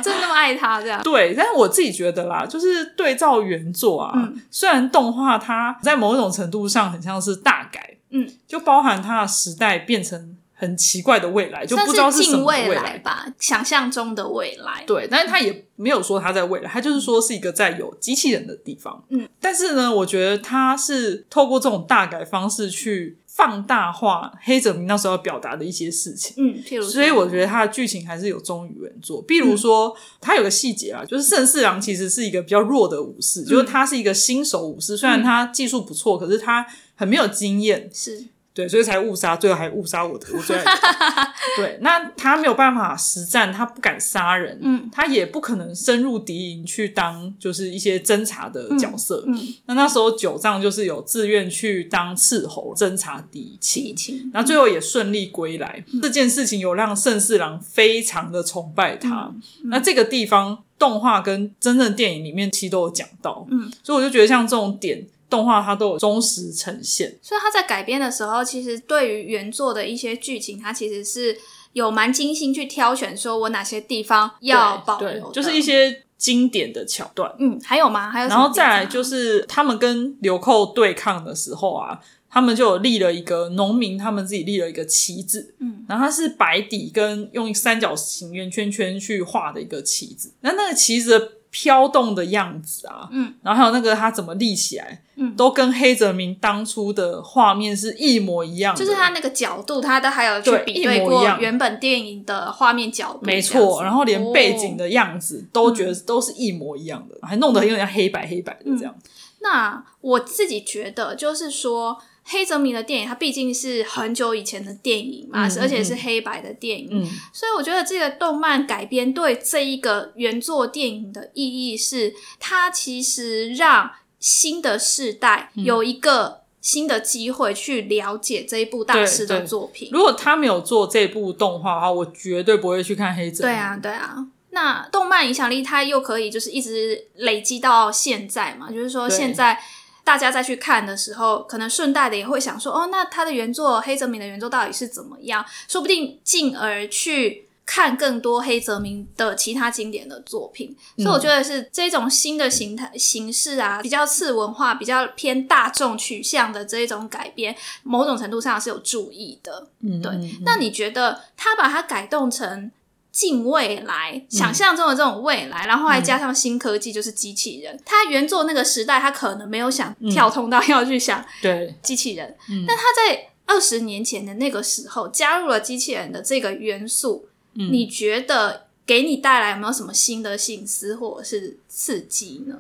B: 真的那么爱他这样，
A: 对，但是我自己觉得啦，就是对照原作啊，
B: 嗯
A: 虽然动画它在某种程度上很像是大改，
B: 嗯，
A: 就包含它的时代变成很奇怪的未来，就
B: 算
A: 不知道
B: 是
A: 什么
B: 近
A: 未
B: 来吧，想象中的未来。
A: 对，但是他也没有说他在未来，他就是说是一个在有机器人的地方。
B: 嗯，
A: 但是呢，我觉得他是透过这种大改方式去放大化黑泽明那时候要表达的一些事情。
B: 嗯，譬如说，
A: 所以我觉得他的剧情还是有忠于原作，比如说他有个细节啊，就是盛四郎其实是一个比较弱的武士，就是他是一个新手武士，虽然他技术不错，可是他很没有经验，
B: 是
A: 对，所以才误杀，最后还误杀我的我最爱的人。对，那他没有办法实战，他不敢杀人，
B: 嗯
A: 他也不可能深入敌营去当就是一些侦查的角色。
B: 嗯，
A: 那那时候九藏就是有自愿去当斥候侦查敌
B: 疫
A: 情。
B: 情，嗯
A: 那最后也顺利归来，这件事情有让盛四郎非常的崇拜他。
B: 嗯
A: 那这个地方动画跟真正电影里面其实都有讲到，
B: 嗯，
A: 所以我就觉得像这种点，动画它都有忠实呈现。
B: 所以他在改编的时候，其实对于原作的一些剧情，他其实是有蛮精心去挑选，说我哪些地方要保
A: 对
B: 留，，
A: 就是一。些经典的桥段。
B: 嗯，还有吗？还有什
A: 然
B: 么
A: 后再来
B: 地方
A: 就
B: 吗
A: 是他们跟流寇对抗的时候啊，他们就有立了一个农民，他们自己立了一个旗子，
B: 嗯
A: 然后它是白底跟用三角形圆圈圈去画的一个旗子。那那个旗子的飘动的样子啊，
B: 嗯，
A: 然后还有那个它怎么立起来，
B: 嗯
A: 都跟黑泽明当初的画面是一模一样的，
B: 就是他那个角度，他都还有去
A: 对
B: 比
A: 一
B: 对
A: 模一
B: 过
A: 样
B: 原本电影的画面角度这
A: 没
B: 样子，哦嗯没
A: 错，然后连背景的样子都觉得都是一模一样的，还弄得有点像黑白黑白的这样。
B: 那我自己觉得，就是说，黑泽明的电影，它毕竟是很久以前的电影嘛，
A: 嗯
B: 而且是黑白的电影，
A: 嗯
B: 所以我觉得这个动漫改编对这一个原作电影的
A: 嗯
B: 意义是，它其实让新的世代有一个新的机会去了解这一部大师
A: 对
B: 的
A: 对
B: 作品。
A: 如果他没有做这部动画的话，我绝对不会去看黑泽。
B: 对，啊，对啊。那动漫影响力它又可以就是一直累积到现在嘛，就是说
A: 对
B: 现在大家再去看的时候，可能顺带的也会想说，哦，那他的原作黑泽明的原作到底是怎么样？说不定进而去看更多黑泽明的其他经典的作品。所以我觉得是这种新的形态形式啊，比较次文化、比较偏大众取向的这一种改编，某种程度上是有注意的。
A: 嗯，
B: 对
A: 嗯嗯
B: 那你觉得他把它改动成近未来、
A: 嗯
B: 想象中的这种未来，然后还加上新科技，就是机器人。他原作那个时代，他可能没有想跳通道 要去想
A: 对，
B: 机器人，
A: 嗯
B: 但他在二十年前的那个时候加入了机器人的这个元素，
A: 嗯
B: 你觉得给你带来有没有什么新的醒思或者是刺激呢？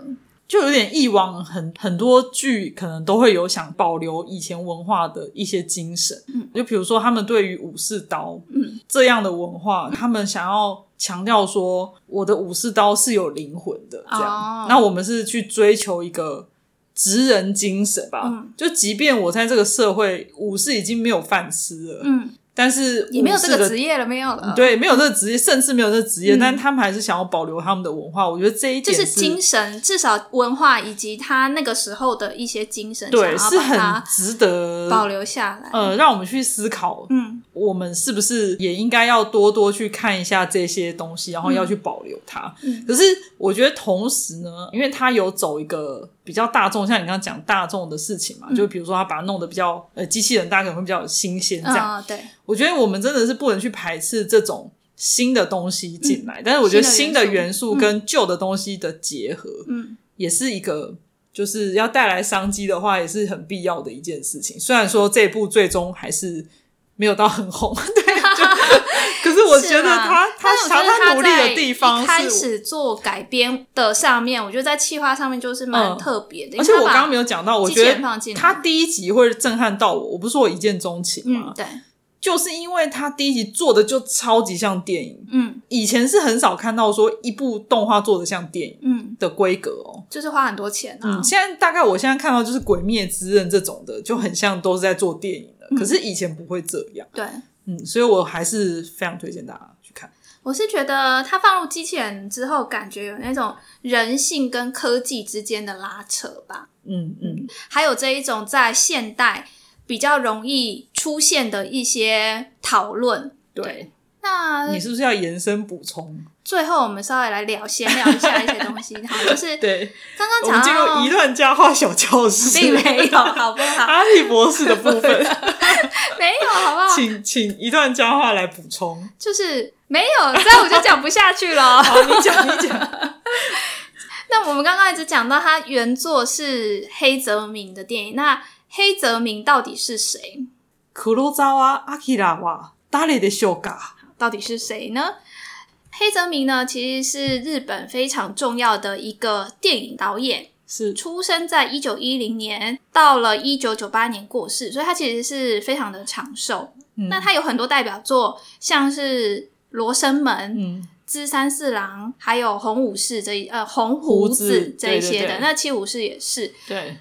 A: 就有点以往很很多剧可能都会有想保留以前文化的一些精神，
B: 嗯
A: 就比如说他们对于武士刀
B: 嗯
A: 这样的文化，他们想要强调说我的武士刀是有灵魂的，这样。
B: 哦
A: 那我们是去追求一个职人精神吧，
B: 嗯
A: 就即便我在这个社会，武士已经没有饭吃了，
B: 嗯，
A: 但是
B: 也没有这
A: 武士
B: 个
A: 的
B: 职业了，没有了，，
A: 对，没有这个职业，甚至没有这个职业，
B: 嗯
A: 但他们还是想要保留他们的文化。我觉得这一
B: 就
A: 点
B: 是精神，至少文化以及他那个时候的一些精神，
A: 对，
B: 想
A: 是
B: 要把
A: 很
B: 它
A: 值得
B: 保留下来。
A: 呃，让我们去思考，
B: 嗯
A: 我们是不是也应该要多多去看一下这些东西，然后要去保留它。
B: 嗯
A: 可是我觉得同时呢，因为它有走一个比较大众，像你刚刚讲大众的事情嘛，
B: 嗯
A: 就比如说它把它弄得比较呃机器人，大家可能会比较新鲜这样。
B: 嗯，对，
A: 我觉得我们真的是不能去排斥这种。新的东西进来，但是我觉得新
B: 嗯新
A: 的
B: 的
A: 元
B: 元
A: 素
B: 素
A: 跟旧的东西的结合，
B: 嗯
A: 也是一个就是要带来商机的话，也是很必要的一件事情。虽然说这部最终还是没有到很红， 对， 就可是我觉得
B: 是啦
A: 他他
B: 但是我觉得
A: 他努力
B: 在
A: 的地方
B: 一开
A: 是。
B: 始做改编的上面，我觉得在企划上面就是蛮
A: 嗯
B: 特别的，
A: 而且
B: 因为
A: 我
B: 他把
A: 刚刚没有讲到，我
B: 机
A: 觉
B: 器
A: 得
B: 人放进来
A: 他第一集会震撼到我。我不是说我一见钟情嘛，
B: 嗯对
A: 就是因为他第一集做的就超级像电影。
B: 嗯
A: 以前是很少看到说一部动画做的像电影
B: 嗯，
A: 的规格哦。
B: 就是花很多钱啊
A: 嗯，，现在大概我现在看到就是《鬼灭之刃》这种的，就很像都是在做电影的，
B: 嗯
A: 可是以前不会这样，
B: 对。
A: 嗯，所以我还是非常推荐大家去看。
B: 我是觉得它放入机器人之后，感觉有那种人性跟科技之间的拉扯吧。
A: 嗯嗯，
B: 还有这一种在现代比较容易出现的一些讨论。
A: 对，
B: 那
A: 你是不是要延伸补充？
B: 最后我们稍微来聊，闲聊一下一些东西，好，就 是
A: 对，
B: 刚
A: 我
B: 刚
A: 们进
B: 讲
A: 入
B: 到
A: 一段佳话小教室，
B: 并没有，好不好？
A: 阿笠博士的部分，
B: 没有，好不好？
A: 请请一段佳话来补充。
B: 就是没有，这样我就讲不下去了。
A: 好，你讲你讲，
B: 那我们刚刚一直讲到他原作是黑泽明的电影，那黑泽明到底是谁？
A: 苦罗扎哇阿基拉哇达里的秀嘎，
B: 到底是谁呢？黑泽明呢，其实是日本非常重要的一个电影导演，
A: 是
B: 出生在一九一零年，到了一九九八年过世，所以他其实是非常的长寿。
A: 嗯
B: 那他有很多代表作，像是《罗生门》
A: 嗯
B: 知三四郎》，还有《红武士》这一呃《红
A: 胡
B: 胡
A: 子
B: 子》这一
A: 对对
B: 些的。
A: 对
B: 那七武士也是，
A: 对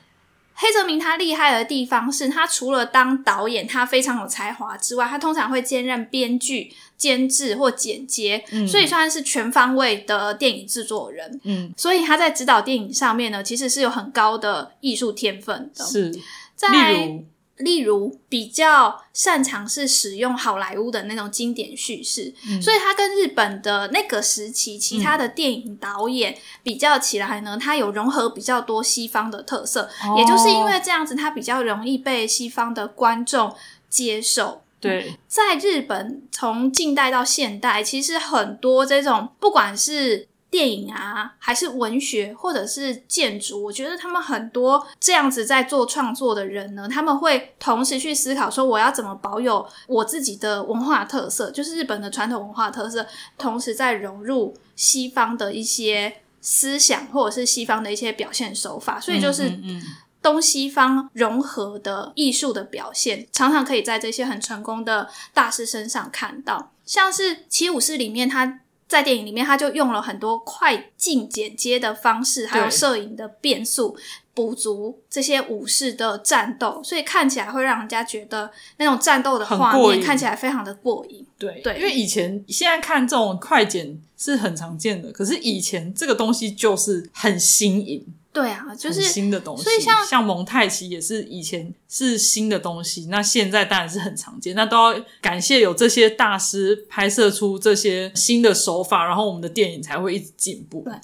B: 黑泽明他厉害的地方是他除了当导演，他非常有才华之外，他通常会兼任编剧、监制或剪接，
A: 嗯
B: 所以算是全方位的电影制作人。
A: 嗯
B: 所以他在指导电影上面呢，其实是有很高的艺术天分的。
A: 是，
B: 在
A: 例如
B: 例如比较擅长是使用好莱坞的那种经典叙事，
A: 嗯
B: 所以他跟日本的那个时期其他的电影导演比较起来呢，他有融合比较多西方的特色，
A: 哦
B: 也就是因为这样子，他比较容易被西方的观众接受。
A: 对
B: 在日本，从近代到现代，其实很多这种不管是电影啊，还是文学，或者是建筑，我觉得他们很多这样子在做创作的人呢，他们会同时去思考说，我要怎么保有我自己的文化特色，就是日本的传统文化特色，同时在融入西方的一些思想，或者是西方的一些表现手法，所以就是
A: 嗯嗯嗯
B: 东西方融合的艺术的表现，常常可以在这些很成功的大师身上看到。像是《七武士》里面，他在电影里面，他就用了很多快进剪接的方式，还有摄影的变速，补足这些武士的战斗，所以看起来会让人家觉得那种战斗的
A: 很
B: 画
A: 过
B: 面
A: 瘾
B: 看起来非常的过瘾。
A: 对
B: 对
A: 因为以前现在看这种快剪是很常见的，可是以前这个东西就是很新颖，
B: 对啊，就
A: 很
B: 是
A: 新的东西。
B: 所以像
A: 蒙太奇也是以前是新的东西，那现在当然是很常见。那都要感谢有这些大师拍摄出这些新的手法，然后我们的电影才会一直进步。
B: 就像《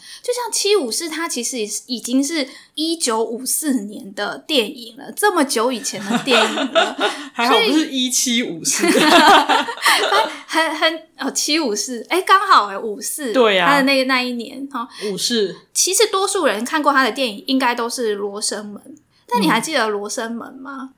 B: 七武士》，它其实也是已经是一九五四年的电影了，这么久以前的电影了，
A: 还好
B: 所以
A: 不是一七五四，
B: 很很哦，七武士，哎，刚好哎，五四，
A: 对啊
B: 他的那个那一年哈、哦，
A: 五四
B: 其实多数人看过他的电影应该都是《罗生门》，但你
A: 嗯
B: 还记得《罗生门》吗？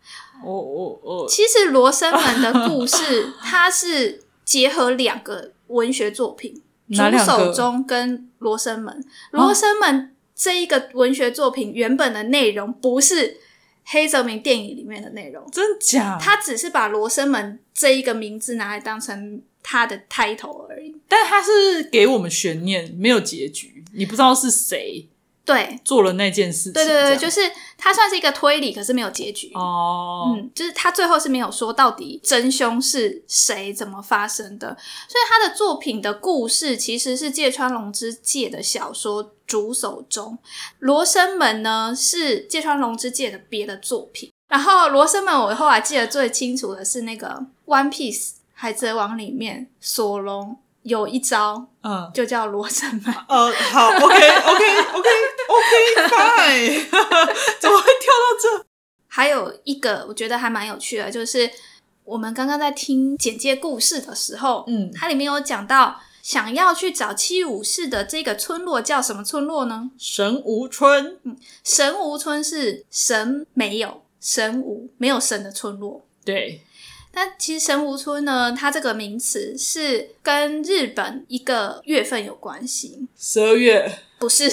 A: 我我我
B: 其实《罗生门》的 故事，它是结合两个文学作品，《
A: 哪
B: 竹
A: 两
B: 手
A: 个哦
B: 中》跟《罗生门》。《罗生门》这一个文学作品原本的内容不是黑泽明电影里面的内容，
A: 真假？
B: 他只是把《罗生门》这一个名字拿来当成他的 title 而已。
A: 但他是给我们悬念，没有结局，你不知道是谁
B: 对，
A: 做了那件事情。
B: 对对
A: 这
B: 对，
A: 样
B: 就是它算是一个推理，可是没有结局。
A: 哦，
B: 嗯，就是他最后是没有说到底真凶是谁、怎么发生的，所以他的作品的故事其实是芥川龙之介的小说《竹手中》，《罗生门》呢是芥川龙之介的别的作品，然后《罗生门》我后来记得最清楚的是那个《One Piece》海贼王里面索隆有一招
A: 嗯，
B: 就叫罗生门，
A: 呃，好，OK，OK，OK，OK，Fine，怎 么会跳到这？
B: 还有一个我觉得还蛮有趣的，就是我们刚刚在听简介故事的时候，
A: 嗯
B: 它里面有讲到想要去找七武士的这个村落叫什么村落呢？
A: 神无春，
B: 嗯神无村是神没有神无没有神的村落。
A: 对，
B: 但其实神无村呢，它这个名词是跟日本一个月份有关系，
A: 十二月，
B: 不是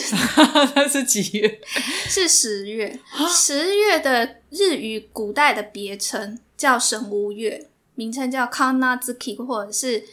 A: 那是几月？
B: 是十月。
A: 啊
B: 十月的日语古代的别称叫神无月，名称叫 Kanazuki 或者是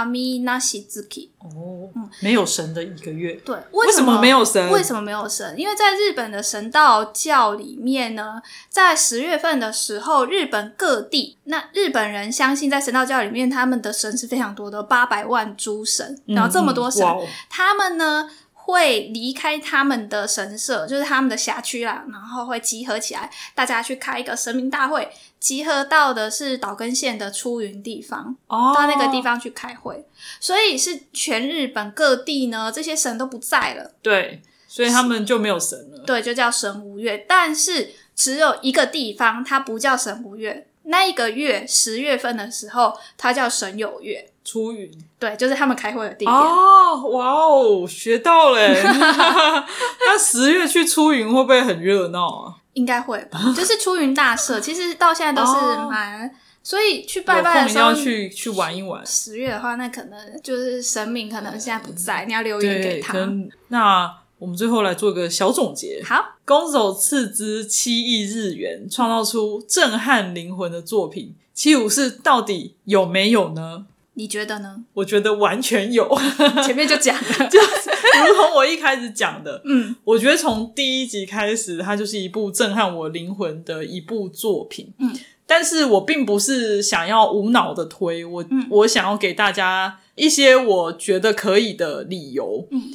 B: Kaminashizuki。
A: 哦，没有神的一个月，
B: 对，
A: 为什
B: 么
A: 么没有神？
B: 嗯为什么没有神？因为在日本的神道教里面呢，在十月份的时候，日本各地那日本人相信在神道教里面，他们的神是非常多的，八百万诸神，
A: 嗯？
B: 然后这么多神，
A: 哇哦
B: 他们呢会离开他们的神社，就是他们的辖区啦，然后会集合起来，大家去开一个神明大会，集合到的是岛根县的出云地方，
A: 哦，
B: 到那个地，方去开会，所以是全日本各地呢，这些神都不在了，
A: 对，所以他们就没有神了。
B: 对，就叫神无月，但是只有一个地方它不叫神无月。那一个月十月份的时候，它叫神有月，
A: 出云，
B: 对，就是他们开会的地点。
A: 哦，哇哦，学到了。 那十月去出云会不会很热闹啊？
B: 应该会吧，就是出云 大社，其实到现在都是
A: 哦
B: 蛮，所以去拜
A: 有空一
B: 拜的时
A: 定
B: 候
A: 要，去去玩一玩。
B: 十月的话，那可能就是神明可能现在不在，你要留言给
A: 呃对，
B: 他。
A: 跟那我们最后来做个小总结。
B: 好，
A: 宫守次之七亿日元，创造出震撼灵魂的作品《七武士》到底有没有呢？
B: 你觉 得呢？
A: 我觉得完全有，
B: 前面就讲了，
A: 如同我一开始讲的，
B: 嗯，
A: 我觉得从第一集开始，它就是一部震撼我灵魂的一部作品。
B: 嗯，
A: 但是我并不是想要无脑的推，我、
B: 嗯
A: 我想要给大家一些我觉得可以的理由。
B: 嗯，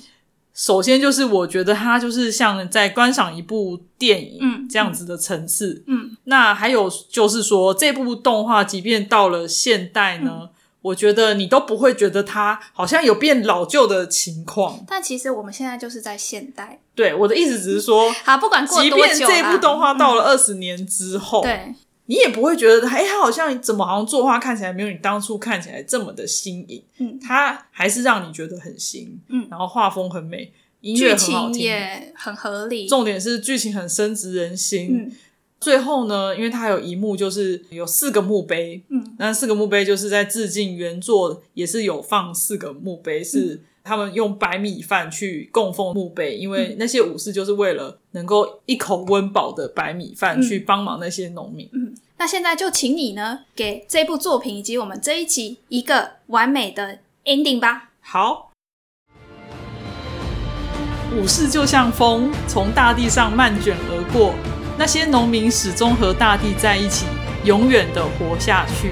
A: 首先就是我觉得它就是像在观赏一部电影、
B: 嗯
A: 这样子的层次。
B: 嗯，
A: 那还有就是说，这部动画即便到了现代呢。
B: 嗯
A: 我觉得你都不会觉得它好像有变老旧的情况。
B: 但其实我们现在就是在现代，
A: 对我的意思只是说，
B: 好，不管过
A: 即
B: 多久
A: 便
B: 啦，
A: 这部动画到了
B: 嗯
A: 二十年之后，
B: 对，
A: 你也不会觉得，哎、它好像怎么好像作画看起来没有你当初看起来这么的新颖，
B: 嗯
A: 它还是让你觉得很新，
B: 嗯
A: 然后画风很美，音乐
B: 剧
A: 很好
B: 情
A: 听，
B: 也很合理，
A: 重点是剧情很深植人心。
B: 嗯
A: 最后呢，因为它还有一幕就是有四个墓碑，
B: 嗯
A: 那四个墓碑就是在致敬原作，也是有放四个墓碑，是他们用白米饭去供奉墓碑，因为那些武士就是为了能够一口温饱的白米饭
B: 嗯
A: 去帮忙那些农民。
B: 嗯。那现在就请你呢，给这部作品以及我们这一集一个完美的 ending 吧。
A: 好，武士就像风，从大地上漫卷而过。那些农民始终和大地在一起，永远的活下去。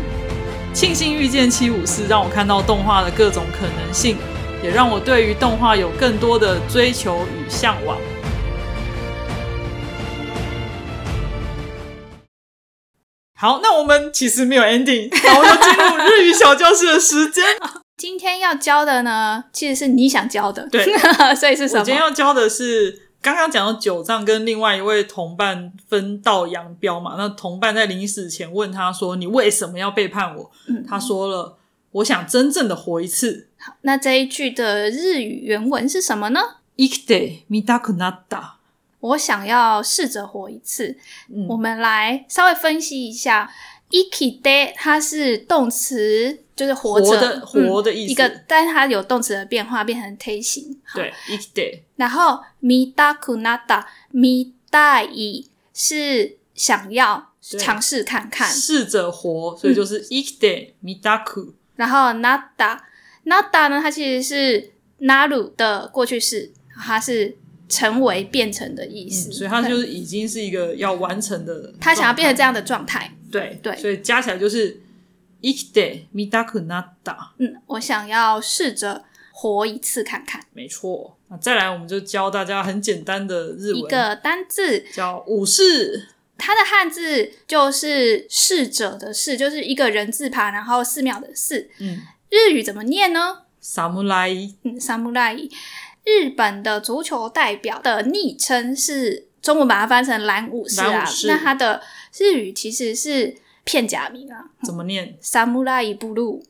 A: 庆幸遇见七武士，让我看到动画的各种可能性，也让我对于动画有更多的追求与向往。好，那我们其实没有 ending，然后就进入日语小教室的时间。
B: 今天要教的呢，其实是你想教的，
A: 对，
B: 所以是什
A: 我今天
B: 么？
A: 要教的是，刚刚讲到九藏跟另外一位同伴分道扬镳嘛。那同伴在临死前问他说：“你为什么要背叛我？”
B: 嗯
A: 他说了：“我想真正的活一次。
B: 那这一句的日语原文是什么呢？
A: 生きてみたくなった”
B: 我想要试着活一次。我
A: 嗯，
B: 们来稍微分析一下 i k i d a 它是动词，就是活着
A: 活的
B: 嗯
A: 活的意思
B: 一个，但是它有动词的变化，变成 t 形。
A: 对，生きて
B: 然后 midakunada，midai 是想要
A: 对
B: 尝试看看，嗯
A: 试着活，所以就是生きてみたく。
B: 然后 nada nada 呢，它其实是 naru 的过去式，它是成为变成的意
A: 嗯
B: 思，
A: 所以他就
B: 对
A: 是已经是一个要完成的，
B: 他想要变成这
A: 样，
B: 样的状态。
A: 对
B: 对
A: 所以加起来就是生きてみたくなった。
B: 嗯，我想要试着活一次看看。
A: 没错，那再来我们就教大家很简单的日文，
B: 一个单字，
A: 叫武士，
B: 它的汉字就是“逝者”的“逝”，就是一个人字旁，然后寺庙的“寺
A: 嗯”。
B: 日语怎么念呢？
A: ，samurai，
B: 嗯，samurai。日本的足球代表的昵称是中文把它翻成蓝武士
A: 蓝
B: 啊
A: 武，士
B: 那它的日语其实是片假名啊
A: 怎么念？
B: ，samurai blue。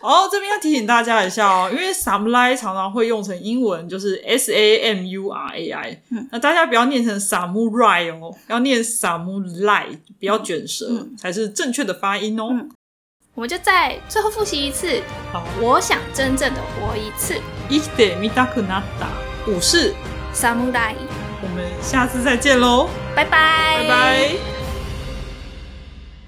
A: 哦，这边要提醒大家一下哦，因为 samurai 常常会用成英文，就是 s a m u r a i，、
B: 嗯
A: 那大家不要念成 samurai 哦，要念 samurai，不要卷舌，
B: 嗯
A: 才是正确的发音哦。
B: 嗯我们就再最后复习一次，
A: 好，
B: 我想真正的活一次
A: 生きてみたくなった，武士，
B: ，samurai。
A: 我们下次再见喽，
B: 拜拜，
A: 拜拜。